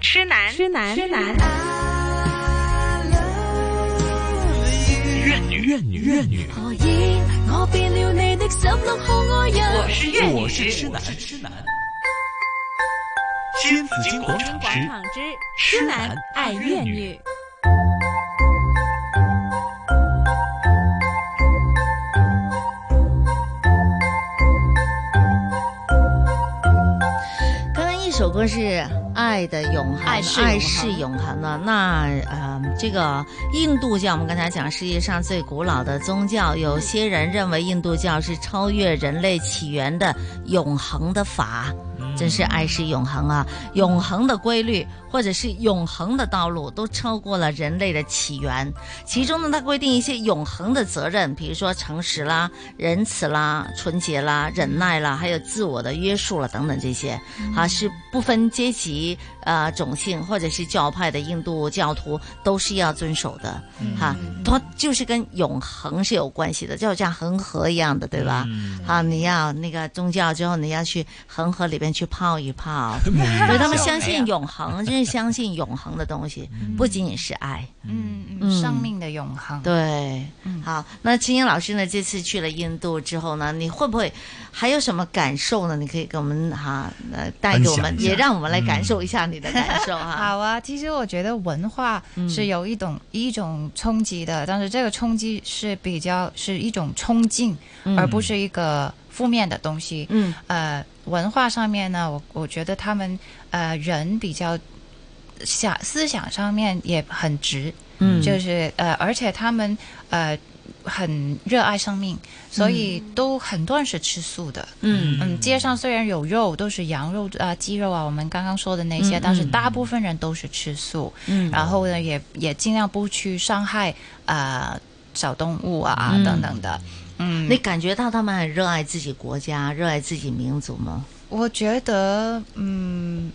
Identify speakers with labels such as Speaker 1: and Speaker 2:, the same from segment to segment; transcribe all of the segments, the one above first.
Speaker 1: 痴男，
Speaker 2: 痴男，
Speaker 1: 痴男。
Speaker 3: 怨女，怨女，怨女。
Speaker 4: 何以我變了你的十六號愛
Speaker 1: 我
Speaker 4: 人？
Speaker 1: 是粤女，
Speaker 3: 我是痴男，痴男。新紫金广场
Speaker 2: 广
Speaker 3: 之
Speaker 2: 场之痴男爱粤女。
Speaker 5: 刚刚一首歌是《爱的永恒》，
Speaker 4: 爱是永恒
Speaker 5: 爱是永恒的。那呃，这个印度教，我们刚才讲世界上最古老的宗教，有些人认为印度教是超越人类起源的永恒的法，
Speaker 4: 嗯
Speaker 5: 真是爱是永恒啊！永恒的规律或者是永恒的道路，都超过了人类的起源。其中呢，它规定一些永恒的责任，比如说诚实啦、仁慈啦、纯洁啦、忍耐啦，还有自我的约束了等等这些，啊，是不分阶级、呃种姓或者是教派的印度教徒都是要遵守的，哈、它就是跟永恒是有关系的，就像恒河一样的，对吧？啊，你要那个宗教之后，你要去恒河里边去泡一泡，所以他们相
Speaker 6: 啊
Speaker 5: 信永恒，就是相信永恒的东西， 不仅仅是爱。
Speaker 6: 嗯
Speaker 5: 嗯
Speaker 6: 嗯，生命的永恒。嗯
Speaker 5: 对，好，那青英老师呢？这次去了印度之后呢，你会不会还有什么感受呢？你可以给我们哈，呃，带给我
Speaker 3: 分享
Speaker 5: 们，
Speaker 3: 一下
Speaker 5: 也让我们来感受一下你的感受哈。
Speaker 6: 好啊，其实我觉得文化
Speaker 5: 嗯
Speaker 6: 是有一种、一种冲击的，但是这个冲击是比较是一种冲劲，而不是一个负面的东西。
Speaker 5: 嗯
Speaker 6: 呃，文化上面呢，我我觉得他们呃人比较想思想上面也很直，
Speaker 5: 嗯
Speaker 6: 就是呃，而且他们呃很热爱生命，所以都很多人是吃素的。
Speaker 5: 嗯
Speaker 6: 嗯，街上虽然有肉，都是羊肉啊、鸡肉啊，我们刚刚说的那些，
Speaker 5: 嗯
Speaker 6: 但是
Speaker 5: 嗯
Speaker 6: 大部分人都是吃素，
Speaker 5: 嗯
Speaker 6: 然后呢，也也尽量不去伤害啊小动物啊、
Speaker 5: 嗯
Speaker 6: 等等的。嗯，
Speaker 5: 你感觉到他们很热爱自己国家，热爱自己民族吗？
Speaker 6: 我觉得，嗯，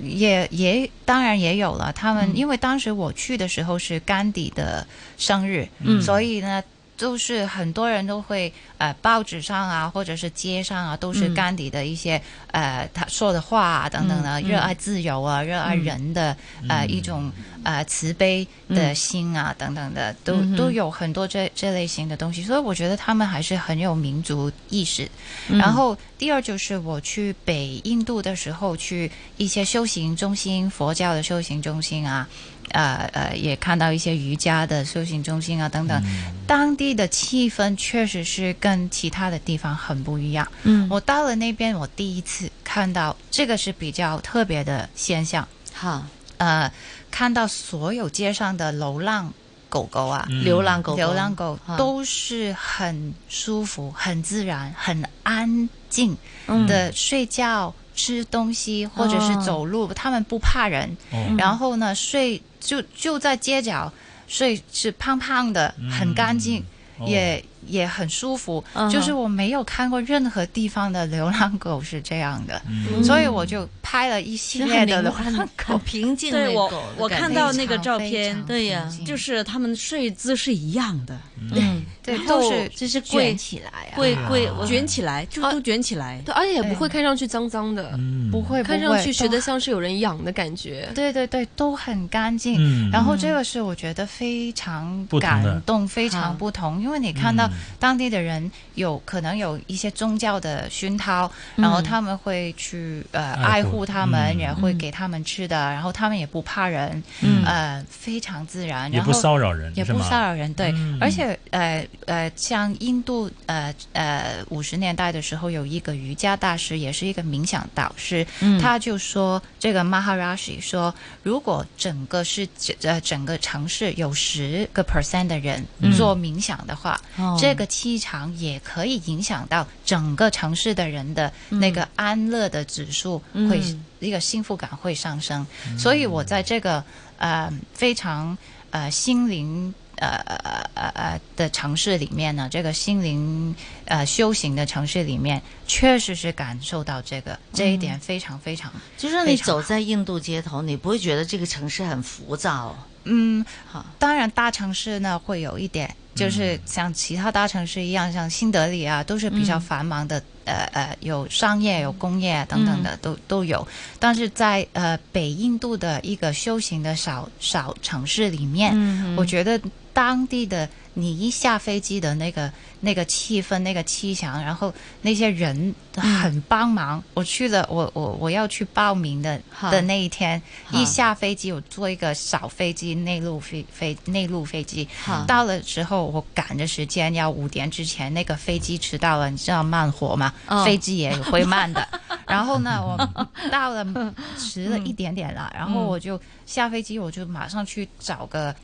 Speaker 6: 也也当然也有了。他们、
Speaker 5: 嗯
Speaker 6: 因为当时我去的时候是甘地的生日，
Speaker 5: 嗯
Speaker 6: 所以呢，就是很多人都会呃，报纸上啊，或者是街上啊，都是
Speaker 5: 嗯
Speaker 6: 甘地的一些、呃他说的话啊等等的，
Speaker 5: 嗯嗯嗯
Speaker 6: 热爱自由啊，热爱人的、呃一种呃慈悲的心啊、等等的，都、
Speaker 5: 嗯哼
Speaker 6: 都有很多这这类型的东西。所以我觉得他们还是很有民族意识。
Speaker 5: 嗯
Speaker 6: 然后第二就是我去北印度的时候，去一些修行中心，佛教的修行中心啊，呃呃，也看到一些瑜伽的修行中心啊等等，当地的气氛确实是跟其他的地方很不一样。
Speaker 5: 嗯
Speaker 6: 我到了那边，我第一次看到这个是比较特别的现象，
Speaker 5: 好，
Speaker 6: 呃，看到所有街上的流浪狗狗啊，
Speaker 5: 流浪狗狗，
Speaker 6: 流浪狗
Speaker 5: 啊
Speaker 6: 都是很舒服、很自然、很安静
Speaker 5: 嗯
Speaker 6: 的睡觉、吃东西或者是
Speaker 5: 哦嗯
Speaker 6: 走路，他们不怕人。
Speaker 3: 哦
Speaker 6: 然后呢，睡就就在街角睡，是胖胖的，很干净，
Speaker 3: 哦
Speaker 6: 也也很舒服。
Speaker 5: 嗯哼
Speaker 6: 就是我没有看过任何地方的流浪狗是这样的，
Speaker 5: 嗯
Speaker 6: 所以我就拍了一系列的
Speaker 5: 很
Speaker 6: 流
Speaker 5: 明
Speaker 6: 浪狗
Speaker 5: 很。平静
Speaker 2: 对
Speaker 5: 的
Speaker 2: 我
Speaker 5: 狗的感觉，
Speaker 2: 我看
Speaker 6: 非
Speaker 2: 到那个
Speaker 6: 常
Speaker 2: 照
Speaker 6: 非
Speaker 2: 片
Speaker 6: 常
Speaker 5: 对呀
Speaker 6: 平静
Speaker 2: 就是他们睡姿是一样的，
Speaker 5: 嗯，
Speaker 6: 对，
Speaker 5: 然后
Speaker 6: 都是
Speaker 5: 就是
Speaker 6: 卷
Speaker 5: 跪
Speaker 6: 起来
Speaker 2: 哎
Speaker 6: 啊，
Speaker 5: 跪跪，我
Speaker 2: 卷起来就都卷起来。
Speaker 7: 对，而且也不会看上去脏脏的，
Speaker 1: 嗯
Speaker 6: 不会，
Speaker 7: 看
Speaker 6: 嗯不
Speaker 7: 上
Speaker 6: 会
Speaker 7: 去
Speaker 6: 都
Speaker 7: 觉得像是有人养的感觉。
Speaker 6: 对对对，都很干净。
Speaker 3: 嗯
Speaker 6: 然后这个是我觉得非常
Speaker 3: 不同的嗯
Speaker 6: 感动，非常不同，因为你看到当地的人有可能有一些宗教的熏陶，然后他们会去呃
Speaker 3: 嗯爱
Speaker 6: 爱
Speaker 3: 护
Speaker 6: 护他们，
Speaker 3: 嗯
Speaker 6: 也会给他们吃的，然后他们也不怕人，
Speaker 5: 嗯
Speaker 6: 呃，非常自然，
Speaker 3: 也
Speaker 6: 然
Speaker 3: 不
Speaker 6: 后
Speaker 3: 骚扰人，
Speaker 6: 也
Speaker 3: 是
Speaker 6: 不
Speaker 3: 吗
Speaker 6: 骚扰人，对，
Speaker 3: 嗯
Speaker 6: 而且呃呃，像印度呃呃五十年代的时候，有一个瑜伽大师，也是一个冥想导师，
Speaker 3: 嗯
Speaker 6: 他就说这个 Maharashi 说，如果整个是呃整个城市有十个 percent 的人
Speaker 3: 嗯
Speaker 6: 做冥想的话，
Speaker 5: 哦
Speaker 6: 这个气场也可以影响到整个城市的人的那个安乐的指数会、一个幸福感会上升，所以我在这个呃非常呃心灵。呃呃呃呃呃的城市里面呢，这个心灵呃修行的城市里面，确实是感受到这个这一点非常非常，
Speaker 5: 就是你
Speaker 6: 非常
Speaker 5: 走在印度街头，你不会觉得这个城市很浮躁。
Speaker 6: 嗯
Speaker 5: 好，
Speaker 6: 当然大城市呢会有一点就是像其他大城市一样，像新德里啊，都是比较繁忙的，呃呃，有商业、有工业啊等等的，都都有。但是在呃北印度的一个休闲的小小城市里面，
Speaker 5: 嗯
Speaker 6: 我觉得当地的你一下飞机的那个那个气氛、那个气象，然后那些人很帮忙。
Speaker 5: 嗯
Speaker 6: 我去了，我我我要去报名的
Speaker 5: 好
Speaker 6: 的那一天，
Speaker 5: 好
Speaker 6: 一下飞机，我坐一个小飞机，内陆飞飞内陆飞机
Speaker 5: 好，
Speaker 6: 到了之后我赶着时间，要五点之前那个飞机迟到了，你知道慢活吗？
Speaker 5: 哦
Speaker 6: 飞机也会慢 的。然后呢，我到了迟了一点点了，
Speaker 5: 嗯
Speaker 6: 然后我就下飞机，我就马上去找个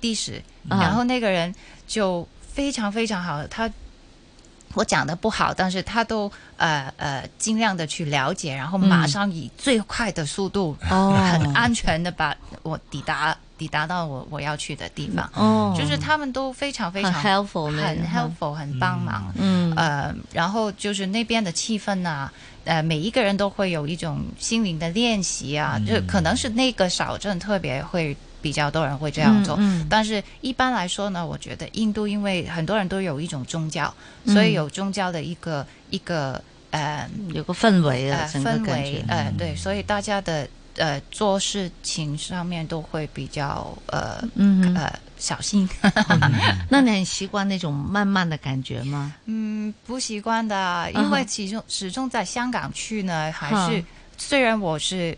Speaker 6: 的士，
Speaker 5: 嗯
Speaker 6: 然后那个人就非常非常好，他。我讲的不好，但是他都呃呃尽量的去了解，然后马上以最快的速度，
Speaker 5: 哦
Speaker 6: 很安全的把我抵达抵达到我我要去的地方。
Speaker 5: 哦，
Speaker 6: 就是他们都非常非
Speaker 5: 很
Speaker 6: 常
Speaker 5: helpful 嗯那
Speaker 6: 很
Speaker 5: 个
Speaker 6: helpful，很帮忙。
Speaker 5: 嗯
Speaker 6: 呃，然后就是那边的气氛呐、呃，每一个人都会有一种心灵的练习啊，
Speaker 3: 嗯
Speaker 6: 就可能是那个小镇特别会比较多人会这样做。
Speaker 5: 嗯嗯
Speaker 6: 但是一般来说呢，我觉得印度因为很多人都有一种宗教，
Speaker 5: 嗯
Speaker 6: 所以有宗教的一个一个呃
Speaker 5: 有个氛围啊，
Speaker 6: 呃
Speaker 5: 整个
Speaker 6: 氛
Speaker 5: 感
Speaker 6: 围
Speaker 5: 觉，
Speaker 6: 呃对，所以大家的呃做事情上面都会比较呃
Speaker 5: 嗯哼，
Speaker 6: 呃小心。
Speaker 5: 那你很习惯那种慢慢的感觉吗？
Speaker 6: 嗯，不习惯的，
Speaker 5: 嗯
Speaker 6: 因
Speaker 5: 哼嗯
Speaker 6: 为始终始终在香港去呢，还是
Speaker 5: 哈
Speaker 6: 虽然我是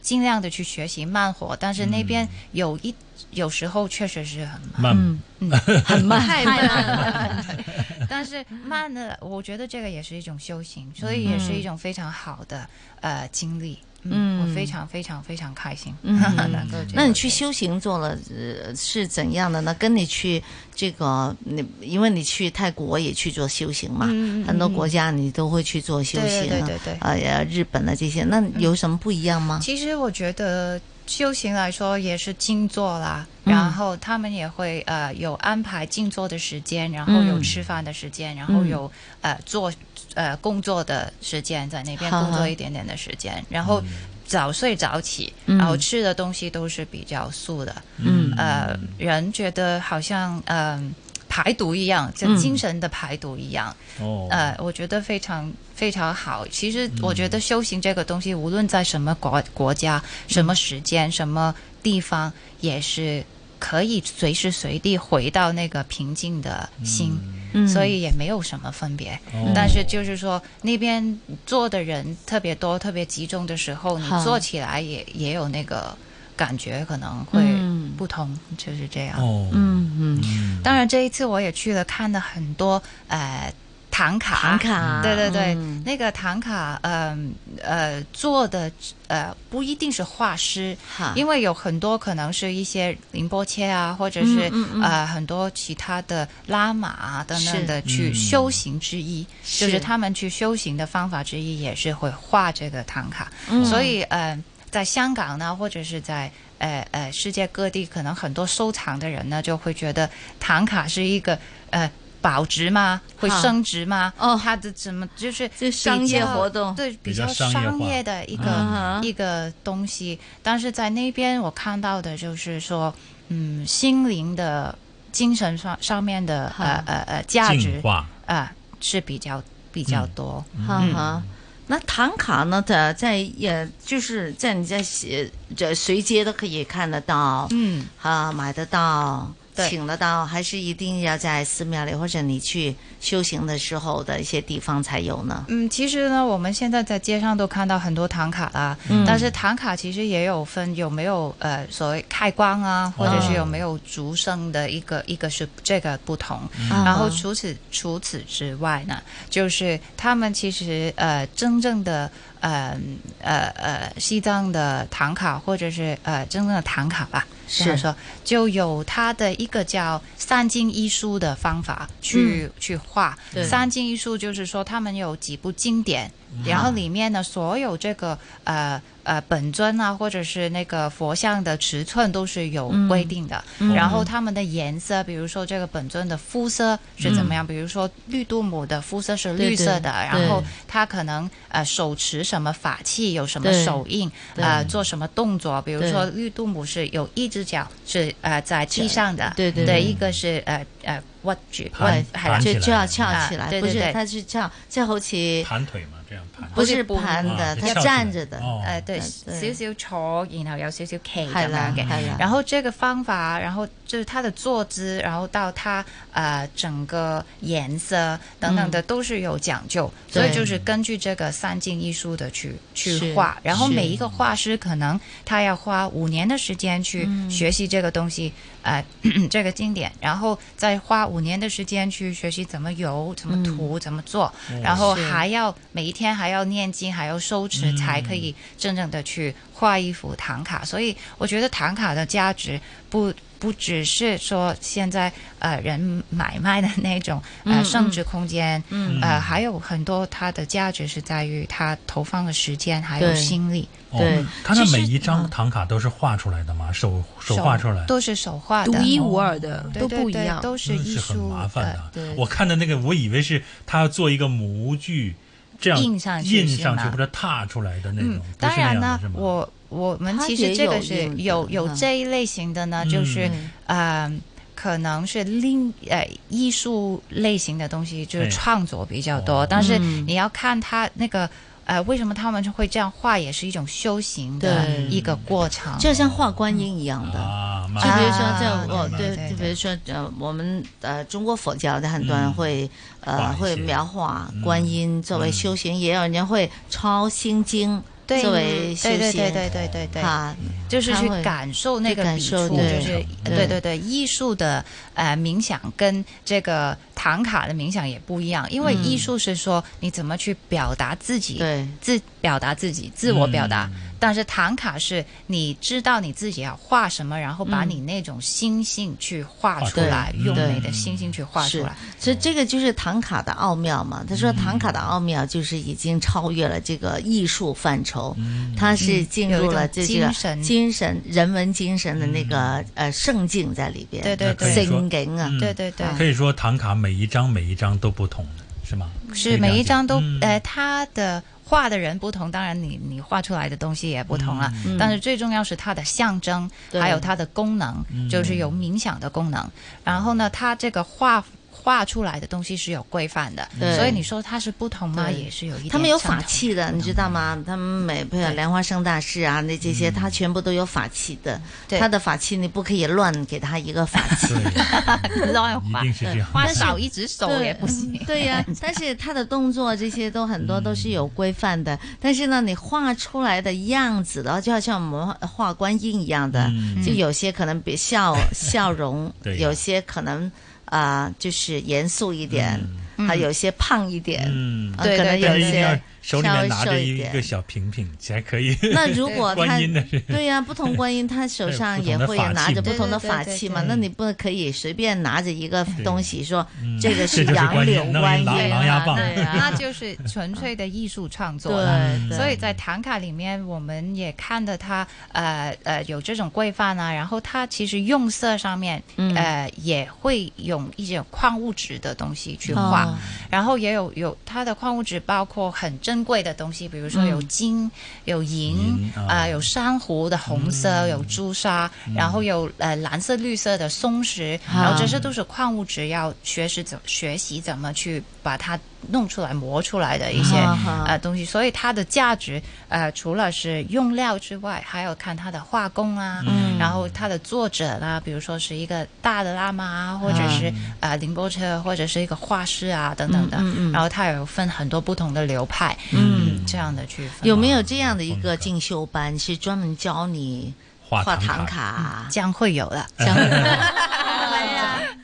Speaker 6: 尽量的去学习慢活，但是那边有一有时候确实是很慢，
Speaker 2: 哦
Speaker 3: 慢
Speaker 5: 嗯，很慢，
Speaker 7: 太慢了，
Speaker 5: 嗯
Speaker 6: 但是慢的，我觉得这个也是一种修行，所以也是一种非常好的呃经历。
Speaker 5: 嗯
Speaker 6: 我非常非常非常开心，
Speaker 5: 嗯
Speaker 6: 能够这
Speaker 5: 那你
Speaker 6: 样
Speaker 5: 去修行做了、呃、是怎样的呢？跟你去这个，你因为你去泰国也去做修行嘛，
Speaker 6: 嗯嗯嗯
Speaker 5: 很多国家你都会去做修行啊，
Speaker 6: 对对嗯对对对。
Speaker 5: 呃，也日本的这些，那有什么不一样吗？
Speaker 6: 其实我觉得修行来说也是静坐啦，
Speaker 5: 嗯
Speaker 6: 然后他们也会呃有安排静坐的时间，然后有吃饭的时间，然后有
Speaker 5: 嗯
Speaker 6: 呃做呃工作的时间，在那边
Speaker 5: 好好
Speaker 6: 工作一点点的时间，然后早睡早起，
Speaker 5: 嗯
Speaker 6: 然后吃的东西都是比较素的，
Speaker 5: 嗯
Speaker 6: 呃，人觉得好像嗯、排毒一样，就
Speaker 5: 嗯
Speaker 6: 精神的排毒一样，
Speaker 3: 哦，
Speaker 1: 嗯
Speaker 6: 呃，我觉得非常非常好。其实我觉得修行这个东西，无论在什么国国家、什么时间、什么地方，也是可以随时随地回到那个平静的心，
Speaker 5: 嗯
Speaker 6: 所以也没有什么分别。
Speaker 3: 哦
Speaker 6: 但是就是说，那边坐的人特别多、特别集中的时候，你
Speaker 5: 好
Speaker 6: 坐起来也也有那个感觉，可能会
Speaker 5: 嗯
Speaker 6: 不同，就是这样。
Speaker 3: 哦，
Speaker 5: 嗯嗯，
Speaker 3: 嗯
Speaker 6: 当然，这一次我也去了，看了很多呃唐卡，
Speaker 5: 唐卡，
Speaker 2: 啊
Speaker 6: 对对对，
Speaker 5: 嗯
Speaker 6: 那个唐卡，嗯呃做的呃不一定是画师，
Speaker 5: 好，
Speaker 6: 因为有很多可能是一些宁波切啊，或者是、
Speaker 5: 嗯嗯嗯
Speaker 6: 呃很多其他的拉玛啊等
Speaker 5: 是
Speaker 6: 等的去
Speaker 3: 嗯
Speaker 6: 修行之一，
Speaker 5: 是
Speaker 6: 就是他们去修行的方法之一也是会画这个唐卡，
Speaker 5: 嗯
Speaker 6: 所以呃在香港呢，或者是在呃呃世界各地，可能很多收藏的人呢就会觉得唐卡是一个呃。保值吗？会
Speaker 5: 好
Speaker 6: 升值吗？
Speaker 5: 哦
Speaker 6: 它的怎么就是
Speaker 5: 这商业
Speaker 6: 比较
Speaker 5: 活动
Speaker 6: 对比
Speaker 3: 较
Speaker 6: 较
Speaker 3: 商业化
Speaker 6: 商业的一个、
Speaker 5: 嗯哼
Speaker 6: 一个东西。但是在那边我看到的就是说，嗯，心灵的精神上上面的
Speaker 5: 好
Speaker 6: 呃呃呃价值
Speaker 3: 进化，
Speaker 6: 啊、是比较比
Speaker 5: 嗯
Speaker 6: 较多。
Speaker 5: 哈哈。那唐卡呢？它在也就是在你在写这随街都可以看得到，
Speaker 6: 嗯，
Speaker 5: 啊，买得到，
Speaker 6: 对
Speaker 5: 请得到，还是一定要在寺庙里或者你去修行的时候的一些地方才有呢？
Speaker 6: 嗯，其实呢，我们现在在街上都看到很多唐卡啦，
Speaker 5: 嗯
Speaker 6: 但是唐卡其实也有分有没有呃所谓开光啊，或者
Speaker 5: 哦
Speaker 6: 是有没有竹笙的一个、一个是这个不同。
Speaker 5: 啊
Speaker 6: 然后
Speaker 5: 哈
Speaker 6: 除此除此之外呢，就是他们其实呃真正的呃呃呃西藏的唐卡或者是呃真正的唐卡吧，这样
Speaker 5: 是
Speaker 6: 说就有它的一个叫三经一书的方法去、去画
Speaker 5: 嗯对。嗯
Speaker 6: 三经一书就是说他们有几部经典，然后
Speaker 5: 啊
Speaker 6: 里面呢，所有这个呃呃本尊啊，或者是那个佛像的尺寸都是有
Speaker 5: 嗯
Speaker 6: 规定的。然后它们的颜色，比如说这个本尊的肤色是怎么样？比如说绿度母的肤色是绿色的，
Speaker 5: 嗯对对
Speaker 6: 然后他可能呃手持什么法器，有什么
Speaker 5: 对
Speaker 6: 手印，
Speaker 5: 对
Speaker 6: 呃做什么动作？比如
Speaker 5: 对
Speaker 6: 说绿度母是有一只脚是呃在地上的，
Speaker 5: 对对
Speaker 6: 对，
Speaker 5: 对
Speaker 6: 一个是呃诶诶屈住
Speaker 1: 盤
Speaker 6: 屈係啦
Speaker 1: 盤，
Speaker 5: 哎就
Speaker 1: 起来
Speaker 5: 就要翘起
Speaker 6: 啊
Speaker 5: 来，
Speaker 6: 对
Speaker 5: 不
Speaker 6: 对
Speaker 5: 是
Speaker 6: 对
Speaker 5: 它是翘，即係好似
Speaker 1: 盘腿嘛，这样盘。
Speaker 5: 不
Speaker 6: 不是
Speaker 5: 是
Speaker 6: 不
Speaker 5: 盘的，
Speaker 1: 啊
Speaker 5: 它
Speaker 1: 就翘起来
Speaker 5: 站着的，哎
Speaker 1: 哦，
Speaker 6: 誒對
Speaker 5: 對
Speaker 6: 少少坐，然後有少少企
Speaker 5: 係
Speaker 6: 咁
Speaker 5: 啦
Speaker 6: 樣嘅。
Speaker 5: 係啦，
Speaker 6: 然后这个方法，然后就是它的坐姿，然后到它呃整个颜色等等的都是有讲究，所以
Speaker 5: 嗯对
Speaker 6: 就是根据这个三境艺术的去
Speaker 5: 是
Speaker 6: 去画，然后
Speaker 5: 是
Speaker 6: 每一个画师可能他要花五年的时间去
Speaker 5: 嗯
Speaker 6: 学习这个东西，呃， 这个经典，然后再花五年的时间去学习怎么油、怎么涂、怎么做，然后
Speaker 5: 嗯是
Speaker 6: 还要每一天还要念经，还要收持，
Speaker 1: 嗯
Speaker 6: 才可以真正的去画一幅唐卡。所以我觉得唐卡的价值不不只是说现在呃人买卖的那种
Speaker 5: 嗯
Speaker 6: 呃升值空间，
Speaker 5: 嗯
Speaker 6: 呃还有很多它的价值是在于它投放的时间还有
Speaker 5: 对
Speaker 6: 心力，
Speaker 1: 哦
Speaker 5: 对，
Speaker 1: 他那
Speaker 5: 其实
Speaker 1: 每一张
Speaker 5: 嗯
Speaker 1: 唐卡都是画出来的嘛，手手画出来，
Speaker 6: 都是手画的哦
Speaker 7: 独。一无二的，
Speaker 6: 对
Speaker 7: 都
Speaker 6: 对
Speaker 7: 不一
Speaker 6: 对
Speaker 7: 样。
Speaker 6: 都是
Speaker 1: 真的
Speaker 6: 艺
Speaker 1: 嗯是很
Speaker 6: 术，
Speaker 1: 麻烦的。
Speaker 5: 对
Speaker 1: 我看的那个，我以为是他要做一个模具，这样
Speaker 6: 印上去
Speaker 1: 印
Speaker 6: 是
Speaker 1: 上去
Speaker 6: 吗
Speaker 1: 或者踏出来的那种
Speaker 6: 嗯，，
Speaker 1: 不
Speaker 6: 当
Speaker 1: 是那
Speaker 6: 然
Speaker 1: 样
Speaker 6: 呢
Speaker 1: 的是，吗？
Speaker 6: 我我们
Speaker 5: 它
Speaker 6: 其
Speaker 5: 也
Speaker 6: 实这
Speaker 5: 有
Speaker 6: 个是
Speaker 5: 用的
Speaker 6: 有有
Speaker 5: 嗯
Speaker 6: 这一类型的呢，
Speaker 1: 嗯
Speaker 6: 就是
Speaker 5: 嗯
Speaker 6: 呃，可能是另呃艺术类型的东西，就是
Speaker 1: 对
Speaker 6: 创作比较
Speaker 1: 哎哦
Speaker 6: 多，但是
Speaker 5: 嗯
Speaker 6: 你要看他那个。呃，为什么他们会这样画，也是一种修行的
Speaker 5: 对
Speaker 6: 一个过程。
Speaker 5: 就像画观音一样的。
Speaker 1: 啊，
Speaker 5: 就
Speaker 1: 慢
Speaker 5: 比
Speaker 1: 慢
Speaker 5: 如说
Speaker 6: 啊，
Speaker 5: 在我
Speaker 1: 明白
Speaker 5: 对
Speaker 6: 对，
Speaker 5: 就比
Speaker 6: 对
Speaker 5: 如说呃，我们呃中国佛教的很多人
Speaker 1: 嗯
Speaker 5: 会呃
Speaker 1: 画一
Speaker 5: 会
Speaker 1: 些
Speaker 5: 描画
Speaker 1: 嗯
Speaker 5: 观音作为
Speaker 1: 嗯
Speaker 5: 修行，也有人会抄心经
Speaker 6: 对
Speaker 5: 作为修
Speaker 6: 对对对
Speaker 5: 行
Speaker 6: 对对对对，
Speaker 5: 啊，
Speaker 6: 就是去
Speaker 5: 他会
Speaker 6: 感受那
Speaker 5: 去
Speaker 6: 个
Speaker 5: 感
Speaker 6: 笔
Speaker 5: 受
Speaker 6: 触，就
Speaker 5: 对
Speaker 6: 是
Speaker 5: 对
Speaker 6: 对对对，艺术的呃冥想跟这个唐卡的冥想也不一样，因为
Speaker 5: 嗯
Speaker 6: 艺术是说你怎么去表达自己，
Speaker 5: 对
Speaker 6: 自表达自己，自我表达。
Speaker 1: 嗯
Speaker 6: 但是唐卡是你知道你自己要画什么，然后把
Speaker 5: 嗯
Speaker 6: 你那种心性去画
Speaker 1: 画
Speaker 6: 出
Speaker 1: 出
Speaker 6: 来，
Speaker 1: 来
Speaker 6: 用
Speaker 5: 对
Speaker 6: 美的心性去画
Speaker 5: 是
Speaker 6: 出来。
Speaker 5: 所以这个就是唐卡的奥妙嘛。他说唐
Speaker 6: 嗯
Speaker 5: 卡的奥妙就是已经超越了这个艺术范畴，它是进
Speaker 6: 嗯有一
Speaker 5: 入
Speaker 6: 种
Speaker 5: 了这
Speaker 6: 精
Speaker 5: 个
Speaker 6: 神嗯
Speaker 5: 精神人文精神的那个呃圣境在里边，
Speaker 6: 对对
Speaker 1: 可以
Speaker 6: 对
Speaker 1: 说
Speaker 5: 圣境啊
Speaker 1: 嗯，
Speaker 6: 对对对。
Speaker 1: 可以说唐卡每一张每一张都不同的是吗？可以
Speaker 6: 是
Speaker 1: 了
Speaker 6: 每
Speaker 1: 解
Speaker 6: 一张都、
Speaker 1: 嗯
Speaker 6: 呃，他的画的人不同，当然你你画出来的东西也不同了。
Speaker 5: 嗯
Speaker 6: 但是最重要是它的象征，
Speaker 5: 对
Speaker 6: 还有它的功能，
Speaker 1: 嗯
Speaker 6: 就是有冥想的功能。然后呢，它这个画画出来的东西是有规范的，
Speaker 5: 对
Speaker 6: 所以你说它是不同吗？
Speaker 5: 对
Speaker 6: 也是有一点相同。
Speaker 5: 他们有法器的，你知道吗？他们每譬如莲花生大师啊，那这些他全部都有法器的。
Speaker 6: 对
Speaker 5: 他的法器你不可以乱给他一个法器。
Speaker 6: 乱
Speaker 1: 一
Speaker 6: 画
Speaker 1: 定，是这样。
Speaker 6: 画少一只手也不行。
Speaker 5: 对 呀、但是他的动作这些都很多都是有规范的。但是呢，你画出来的样子的话，就好像我们画观音一样的，
Speaker 1: 嗯
Speaker 5: 就有些可能比笑 笑容，
Speaker 1: 对呀
Speaker 5: 有些可能啊、就是严肃一点，
Speaker 6: 嗯
Speaker 5: 还有些胖一点。
Speaker 1: 嗯，
Speaker 5: 啊
Speaker 6: 对
Speaker 5: 可能
Speaker 6: 对
Speaker 5: 有
Speaker 1: 但
Speaker 6: 对
Speaker 1: 是
Speaker 5: 一
Speaker 1: 一定要
Speaker 5: 些
Speaker 1: 手里面拿
Speaker 5: 稍
Speaker 1: 着
Speaker 5: 微瘦一
Speaker 1: 一
Speaker 5: 点哦
Speaker 1: 个小瓶瓶才可以。
Speaker 5: 那如果他
Speaker 1: 观音的是
Speaker 5: 对呀、不同观音他手上也会也拿着不同的法器嘛，
Speaker 6: 对对对对对
Speaker 5: 那你不可以随便拿着一个东西说
Speaker 1: 嗯
Speaker 5: 这个
Speaker 1: 这就是
Speaker 5: 杨
Speaker 1: 观音
Speaker 5: 柳
Speaker 1: 弄一
Speaker 5: 观音
Speaker 1: 狼狼牙
Speaker 5: 啊，
Speaker 1: 棒
Speaker 5: 对
Speaker 6: 那
Speaker 5: 啊，
Speaker 6: 就是纯粹的艺术创作了。
Speaker 5: 对对，
Speaker 6: 所以在唐卡里面，我们也看到它呃呃有这种规范啊，然后它其实用色上面、
Speaker 5: 嗯
Speaker 6: 呃也会用一些矿物质的东西去画，
Speaker 5: 哦
Speaker 6: 然后也有有它的矿物质包括很珍贵的东西，比如说
Speaker 5: 嗯
Speaker 6: 有金、有银
Speaker 1: 银
Speaker 6: 啊、
Speaker 1: 啊
Speaker 6: 有珊瑚的红色，
Speaker 5: 嗯
Speaker 6: 有朱砂，然后有呃蓝色、绿色的松石，然后这些都是矿物质，要学习怎学习怎么去把它弄出来、磨出来的一些、
Speaker 5: 啊哈
Speaker 6: 呃东西，所以它的价值呃除了是用料之外，还要看它的画工啊，
Speaker 5: 嗯
Speaker 6: 然后它的作者啦，比如说是一个大的喇嘛啊，或者是、呃宁波车，或者是一个画师啊等等的，
Speaker 5: 嗯嗯嗯嗯
Speaker 6: 然后它有分很多不同的流派，
Speaker 5: 嗯
Speaker 6: 这样的去分。
Speaker 5: 有没有这样的一个进修班是专门教你
Speaker 1: 画
Speaker 5: 画唐
Speaker 1: 唐卡，
Speaker 5: 卡？
Speaker 6: 将会有的，
Speaker 5: 将哎对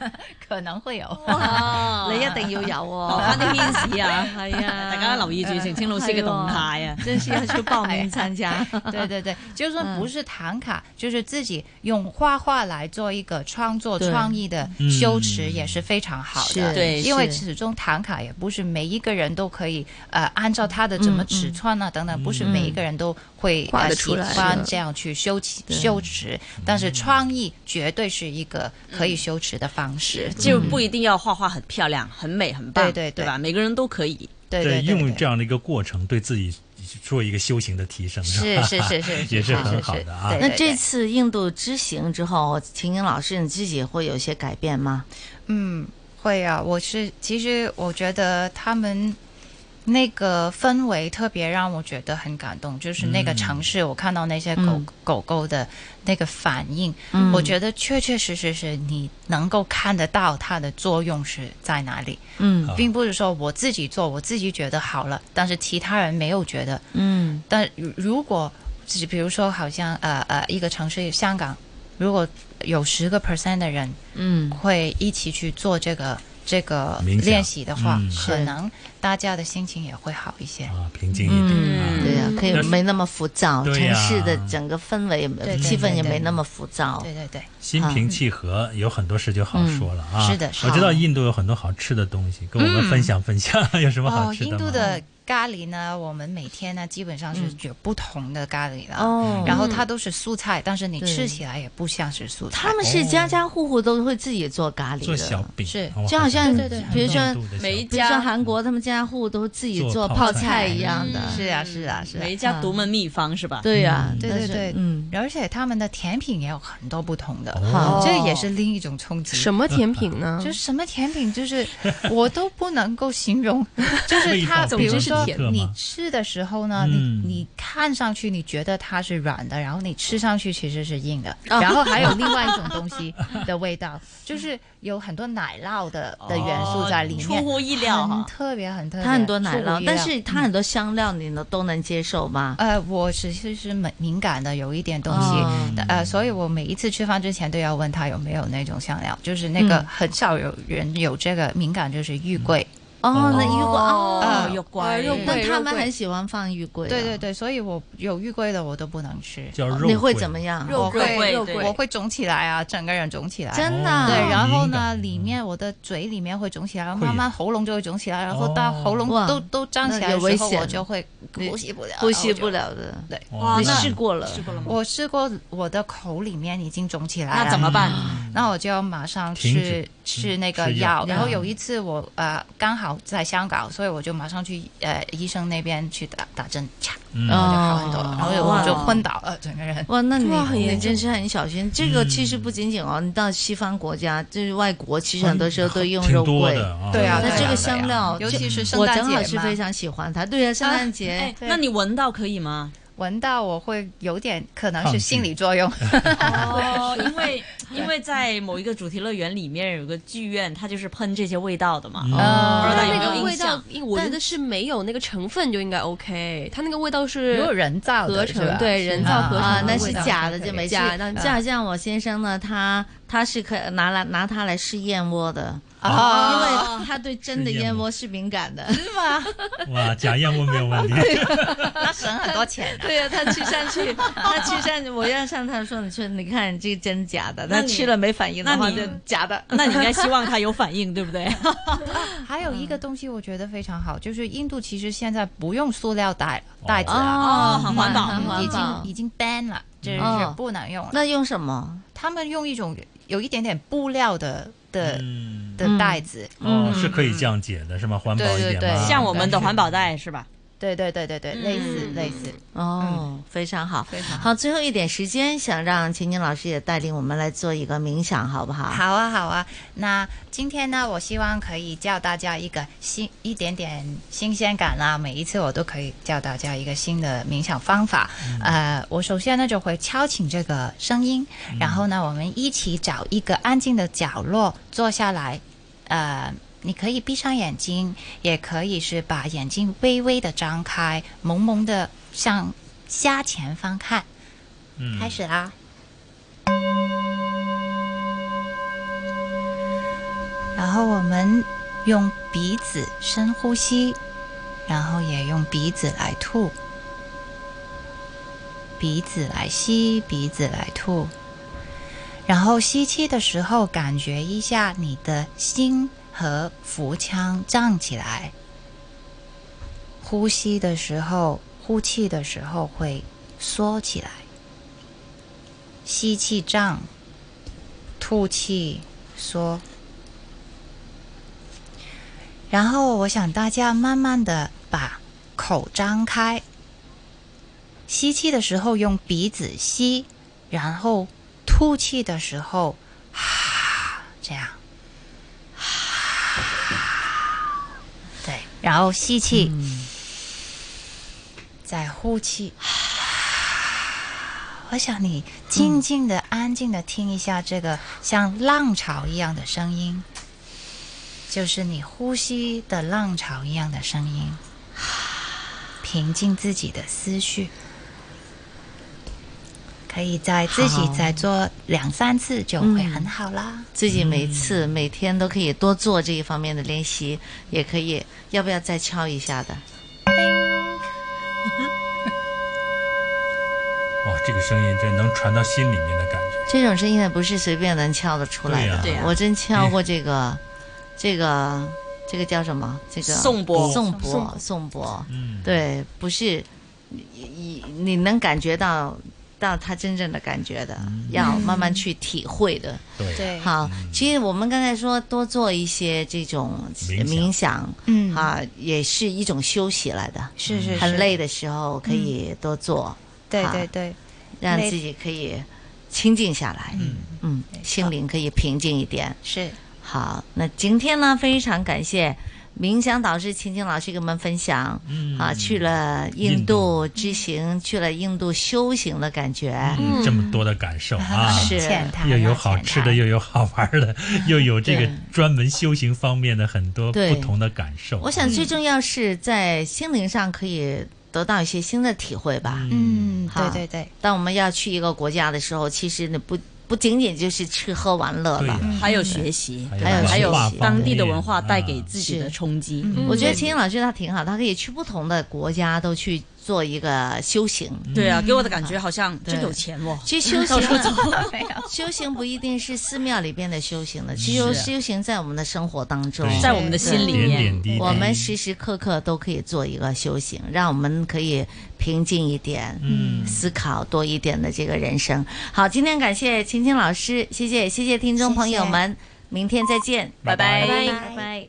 Speaker 5: 呀，
Speaker 6: 可能會有。
Speaker 5: 哇！你一定要有哦
Speaker 2: 留
Speaker 5: 喎
Speaker 2: 翻。啲 hints 啊，
Speaker 5: 係啊
Speaker 2: 哦大家留意住程清老師嘅動態 啊，
Speaker 5: 真是要去報名參加。
Speaker 6: 对对对，就是说不是唐卡，就是自己用画画来做一个创作
Speaker 5: 对
Speaker 6: 创意的
Speaker 1: 嗯
Speaker 6: 修持也是非常好的。
Speaker 5: 是
Speaker 2: 对
Speaker 6: 因为
Speaker 5: 是
Speaker 6: 始终唐卡也不是每一个人都可以呃按照它的怎么尺寸啊等等，不是每一个人都会
Speaker 7: 画
Speaker 6: 呃
Speaker 7: 得
Speaker 6: 喜
Speaker 7: 出来
Speaker 6: 欢
Speaker 7: 的
Speaker 6: 这样去修持修持，但是创意绝对是一个可以修持的方式。
Speaker 2: 就不一定要画画很漂亮、很美、很棒，
Speaker 6: 对对对
Speaker 2: 对吧？每个人都可以。
Speaker 6: 对对对
Speaker 1: 用
Speaker 6: 对
Speaker 1: 这样的一个过程，对自己做一个修行的提升，
Speaker 6: 是
Speaker 1: 吧
Speaker 6: 是是是
Speaker 1: 也是
Speaker 6: 是
Speaker 1: 很
Speaker 6: 是
Speaker 1: 好
Speaker 6: 是
Speaker 1: 的啊
Speaker 6: 对。
Speaker 5: 那这次印度之行之后，秦英老师你自己会有一些改变吗？
Speaker 6: 嗯，会啊，我是其实我觉得他们那个氛围特别让我觉得很感动，就是那个
Speaker 1: 嗯
Speaker 6: 城市，我看到那些狗、
Speaker 5: 嗯
Speaker 6: 狗狗的那个反应，
Speaker 5: 嗯
Speaker 6: 我觉得确确实实是你能够看得到它的作用是在哪里，
Speaker 5: 嗯
Speaker 1: 啊
Speaker 6: 并不是说我自己做，我自己觉得好了，但是其他人没有觉得，
Speaker 5: 嗯
Speaker 6: 但如如果只比如说好像呃呃一个城市香港，如果有十个 percent 的人。
Speaker 5: 嗯
Speaker 6: 会一起去做这个这个
Speaker 1: 冥想
Speaker 6: 练习的话，
Speaker 1: 嗯
Speaker 6: 可能大家的心情也会好一些。
Speaker 1: 啊，平静一点
Speaker 5: 嗯，对
Speaker 1: 啊。
Speaker 5: 呀，可以
Speaker 1: 那是
Speaker 5: 没那么浮躁，
Speaker 1: 对
Speaker 5: 城
Speaker 1: 呀
Speaker 5: 市的整个氛围也
Speaker 6: 对
Speaker 5: 气氛也
Speaker 6: 对对
Speaker 5: 没那么浮躁。
Speaker 6: 对对对，
Speaker 1: 心平气和，有很多事就好说了啊。
Speaker 6: 嗯是的是
Speaker 1: 我
Speaker 6: 的
Speaker 1: 知道印度有很多好吃的东西，跟我们分享分享，有什么好
Speaker 6: 哦，
Speaker 1: 吃的吗？
Speaker 6: 印度的咖喱呢，我们每天呢基本上是
Speaker 1: 嗯
Speaker 6: 有不同的咖喱的，
Speaker 5: 哦
Speaker 6: 然后它都是蔬菜，但是你
Speaker 5: 对
Speaker 6: 吃起来也不像是蔬菜
Speaker 5: 他。们是家家户户都会自己做咖喱
Speaker 1: 做
Speaker 5: 的，
Speaker 1: 小饼，
Speaker 6: 是
Speaker 1: 我
Speaker 5: 就好像
Speaker 1: 很
Speaker 6: 对对对
Speaker 5: 比如说
Speaker 1: 印度的小
Speaker 2: 每一
Speaker 1: 饼
Speaker 5: 比如说韩国他们家家户户都自己
Speaker 1: 做
Speaker 5: 做
Speaker 1: 泡
Speaker 5: 泡
Speaker 1: 菜
Speaker 5: 菜一样的。
Speaker 6: 是啊，是啊，是啊
Speaker 2: 每。一家独门秘方是吧？
Speaker 5: 对呀，
Speaker 1: 嗯
Speaker 6: 对
Speaker 5: 但
Speaker 6: 对
Speaker 5: 是
Speaker 6: 对，
Speaker 5: 嗯，
Speaker 6: 而且他们的甜品也有很多不同的，
Speaker 1: 哦
Speaker 6: 这也是另一种冲击。
Speaker 7: 什么甜品
Speaker 1: 嗯
Speaker 7: 呢？
Speaker 6: 就是什么甜品，就是我都不能够 形容，就是
Speaker 1: 味道
Speaker 6: 它，
Speaker 1: 总
Speaker 6: 比
Speaker 1: 之
Speaker 6: 如
Speaker 1: 是
Speaker 6: 说
Speaker 1: 甜的
Speaker 6: 你
Speaker 1: 嘛
Speaker 6: 吃的时候呢，
Speaker 1: 嗯
Speaker 6: 你你看上去你觉得它是软的，然后你吃上去其实是硬的，
Speaker 5: 哦
Speaker 6: 然后还有另外一 种东西的味道，就是有很多奶酪
Speaker 1: 哦
Speaker 6: 的的元素在里
Speaker 2: 哦出
Speaker 6: 面，
Speaker 2: 乎意料
Speaker 6: 很
Speaker 2: 哈。
Speaker 6: 特别很特别，
Speaker 5: 它很多奶
Speaker 6: 出乎
Speaker 5: 酪
Speaker 6: 意，料
Speaker 5: 但是它很多香料你能都能接受吗？
Speaker 6: 呃，我只是是敏敏感的，有一点东西，
Speaker 1: 嗯
Speaker 5: 哦
Speaker 6: 呃，所以我每一次吃饭之前都要问他有没有那种香料，就是那个
Speaker 5: 嗯
Speaker 6: 很少有人有这个敏感，就是玉桂。
Speaker 5: 哦，那玉桂
Speaker 2: 哦
Speaker 5: 哦，
Speaker 2: 嗯肉
Speaker 7: 啊
Speaker 2: 桂，
Speaker 7: 肉桂
Speaker 5: 但他们很喜欢放玉桂啊，
Speaker 6: 对对对，所以我有玉桂的我都不能吃，
Speaker 1: 叫肉
Speaker 5: 你会
Speaker 1: 桂
Speaker 5: 怎么？样？
Speaker 2: 肉
Speaker 6: 我
Speaker 2: 桂
Speaker 6: 会
Speaker 2: 肉桂
Speaker 6: 我会肿起来啊，整个人肿起来。
Speaker 5: 真的
Speaker 1: 哦
Speaker 5: 啊
Speaker 6: 对，然后
Speaker 1: 敏
Speaker 6: 呢，
Speaker 1: 感
Speaker 6: 里面我的嘴里面会肿起来，
Speaker 1: 会
Speaker 6: 慢慢
Speaker 1: 呀
Speaker 6: 喉咙就会肿起来，然后
Speaker 1: 哦
Speaker 6: 到喉咙
Speaker 5: 哇
Speaker 6: 都都胀起
Speaker 5: 那
Speaker 6: 来
Speaker 5: 有
Speaker 6: 的
Speaker 5: 危
Speaker 6: 时候，
Speaker 5: 险
Speaker 6: 我就会
Speaker 5: 你
Speaker 6: 呼吸不了，
Speaker 5: 呼吸不
Speaker 6: 了。
Speaker 5: 了的。
Speaker 6: 对，
Speaker 1: 哇
Speaker 5: 你
Speaker 1: 那
Speaker 5: 试过了？
Speaker 2: 过了吗？
Speaker 6: 我试过，我的口里面已经肿起来了，
Speaker 2: 那怎么办？
Speaker 6: 那我就要马上
Speaker 1: 停
Speaker 6: 去
Speaker 1: 止
Speaker 6: 吃
Speaker 1: 嗯
Speaker 6: 那个
Speaker 1: 吃药
Speaker 6: 药。然后有一次我呃刚好在香港，所以我就马上去呃医生那边去打打针，嚓
Speaker 1: 嗯
Speaker 6: 就
Speaker 5: 哦
Speaker 6: 好很多，然后就
Speaker 5: 哇
Speaker 6: 我就昏倒了，整个人。
Speaker 5: 哇，那你你真是很小心。这个其实
Speaker 1: 嗯
Speaker 5: 不仅仅哦，你到西方国家，就是外国，其实很多时候都用
Speaker 1: 挺
Speaker 5: 肉
Speaker 1: 多
Speaker 5: 桂。
Speaker 1: 的啊。
Speaker 6: 对啊，
Speaker 5: 那
Speaker 6: 对啊
Speaker 5: 这个
Speaker 6: 对啊
Speaker 5: 香料
Speaker 6: 尤其是圣
Speaker 5: 我
Speaker 6: 诞节
Speaker 5: 正好是
Speaker 6: 嘛
Speaker 5: 非常喜欢它。对呀，圣诞
Speaker 2: 哎
Speaker 5: 节，
Speaker 2: 那你闻到可以吗？
Speaker 6: 闻到我会有点可能
Speaker 1: 抗拒
Speaker 6: 是心理作用，
Speaker 2: 哦，因为 因为在某一个主题乐园里面有个剧院，它就是喷这些味道的嘛。
Speaker 1: 嗯
Speaker 2: 不知道
Speaker 7: 但
Speaker 2: 有没
Speaker 7: 那
Speaker 2: 有
Speaker 7: 个
Speaker 2: 印
Speaker 7: 味道
Speaker 2: 象？，
Speaker 7: 我觉得是没有那个成分就应该 OK。它那个味道
Speaker 6: 如果
Speaker 7: 是
Speaker 6: 人造的
Speaker 7: 合
Speaker 6: 是吧
Speaker 7: 成，对人造
Speaker 6: 啊
Speaker 7: 合
Speaker 5: 啊，
Speaker 7: 成
Speaker 5: 那
Speaker 7: 的
Speaker 5: 是
Speaker 7: 味道
Speaker 5: 假的就没事。
Speaker 7: 假的嗯
Speaker 5: 就 好像我先生呢，他他是可以拿来拿它来试燕窝的，因
Speaker 6: 啊，
Speaker 5: 为他对真的
Speaker 1: 试燕
Speaker 5: 燕
Speaker 1: 窝
Speaker 5: 窝是敏感的。
Speaker 1: 哇，假燕窝没有问题。
Speaker 6: 那省很多钱啊。
Speaker 5: 对呀、他吃上 去，他吃上去，我要上他说，你说你看这个真假的，
Speaker 2: 那
Speaker 5: 他
Speaker 2: 你
Speaker 5: 吃了没反应的
Speaker 2: 那
Speaker 5: 话
Speaker 2: 你
Speaker 5: 就假的。
Speaker 2: 那你应该希望它有反应，对不对？
Speaker 6: 还有一个东西我觉得非常好，就是印度其实现在不用塑料袋
Speaker 1: 哦
Speaker 6: 袋子了，
Speaker 2: 哦很环保
Speaker 5: 很
Speaker 6: 已
Speaker 5: 环
Speaker 6: 经
Speaker 5: 保。
Speaker 6: 已经 ban 了，就是
Speaker 5: 哦
Speaker 6: 不能用了。
Speaker 5: 那用什么？
Speaker 6: 他们用一种有一点点布料的的、
Speaker 1: 嗯，
Speaker 6: 的袋子，
Speaker 1: 哦，是可以这样解的，是吗？环保一点
Speaker 6: 对对
Speaker 1: 嘛。
Speaker 6: 对
Speaker 2: 像我们的环保袋是吧？
Speaker 6: 对对对对对，
Speaker 2: 嗯
Speaker 6: 类似类似，
Speaker 5: 哦，非常好。
Speaker 6: 非常好。
Speaker 5: 好，最后一点时间，想让秦宁老师也带领我们来做一个冥想，好不好？
Speaker 6: 好啊，好啊。那今天呢，我希望可以教大家一个新一点点新鲜感啦。每一次我都可以教大家一个新的冥想方法。呃，我首先呢就会敲醒这个声音，嗯然后呢，我们一起找一个安静的角落坐下来，呃。你可以闭上眼睛，也可以是把眼睛微微的张开，蒙蒙的向下前方看。
Speaker 1: 嗯
Speaker 6: 开始啦。然后我们用鼻子深呼吸，然后也用鼻子来吐，鼻子来吸，鼻子来吐。然后吸气的时候，感觉一下你的心和腹腔胀起来。呼吸的时候，呼气的时候会缩起来。吸气胀，吐气缩。然后我想大家慢慢的把口张开，吸气的时候用鼻子吸，然后吐气的时候，哈，这样，哈，对，然后吸气，再呼气。我想你静静的、安静的听一下这个像浪潮一样的声音，就是你呼吸的浪潮一样的声音，平静自己的思绪。可以在自己
Speaker 5: 好
Speaker 6: 再做两三次就会很好啦。
Speaker 5: 自己每次、每天都可以多做这一方面的练习，也可以，要不要再敲一下的？
Speaker 1: 哇，这个声音真能传到心里面的感觉。
Speaker 5: 这种声音呢，不是随便能敲得出来的。
Speaker 1: 对
Speaker 2: 呀
Speaker 5: 我真敲过这个，这个，这个叫什么？这个
Speaker 2: 颂钵
Speaker 5: 颂钵，颂钵。
Speaker 1: 嗯，
Speaker 5: 对，不是你你你能感觉到到它真正的感觉的，要慢慢去体会的。
Speaker 1: 对
Speaker 6: 对，
Speaker 5: 好，其实我们刚才说多做一些这种
Speaker 1: 冥想
Speaker 5: 冥想
Speaker 6: 嗯，
Speaker 5: 啊，也是一种休息来的。
Speaker 6: 是是是，
Speaker 5: 很，累的时候可以
Speaker 1: 嗯
Speaker 5: 多做，
Speaker 6: 对
Speaker 5: 哈
Speaker 6: 对对，
Speaker 5: 让
Speaker 6: 累
Speaker 5: 自己可以清静下来，嗯心灵可以平静一点。
Speaker 6: 是。
Speaker 5: 好，那今天呢，非常感谢冥想导师秦静老师给我们分享。
Speaker 1: 嗯
Speaker 5: 啊，去了印度之行，去了印度修行的感觉，
Speaker 1: 嗯这么多的感受啊，
Speaker 5: 是
Speaker 6: 浅谈
Speaker 1: 又有
Speaker 6: 啊
Speaker 1: 好
Speaker 6: 浅
Speaker 1: 吃的，
Speaker 6: 谈
Speaker 1: 又有好玩 的，又有这个
Speaker 5: 对
Speaker 1: 专门修行方面的很多
Speaker 5: 对
Speaker 1: 不同的感受。
Speaker 5: 我想最重要是在心灵上可以得到一些新的体会吧。
Speaker 6: 嗯，
Speaker 5: 好
Speaker 6: 对对对，
Speaker 5: 当我们要去一个国家的时候，其实你不不仅仅就是吃喝玩乐
Speaker 1: 对呀
Speaker 5: 了。
Speaker 6: 嗯
Speaker 2: 还有学习，
Speaker 5: 还有
Speaker 2: 还有
Speaker 5: 文化方
Speaker 2: 当地的
Speaker 1: 面
Speaker 2: 文化带给
Speaker 1: 啊
Speaker 2: 自己的
Speaker 5: 是
Speaker 2: 冲击。
Speaker 5: 我觉得
Speaker 7: 嗯
Speaker 5: 秦英老师他挺好，他可以去不同的国家都去做一个修行。
Speaker 2: 对啊，给我的感觉好像
Speaker 5: 对
Speaker 2: 真有钱哦。
Speaker 5: 其实修
Speaker 6: 嗯
Speaker 5: 行，啊 修行不一定是寺庙里边的修行的，其
Speaker 2: 是
Speaker 5: 实修行在我们的生活当中，
Speaker 1: 对
Speaker 2: 在我们的心里
Speaker 1: 点点
Speaker 2: 面，
Speaker 1: 滴滴，
Speaker 5: 我们时时刻刻都可以做一个修行，让我们可以平静一点，
Speaker 1: 嗯
Speaker 5: 思考多一点的这个人生。好，今天感谢青青老师，谢谢谢谢听众朋友们，明天再见，
Speaker 1: 拜拜
Speaker 5: 拜拜。拜拜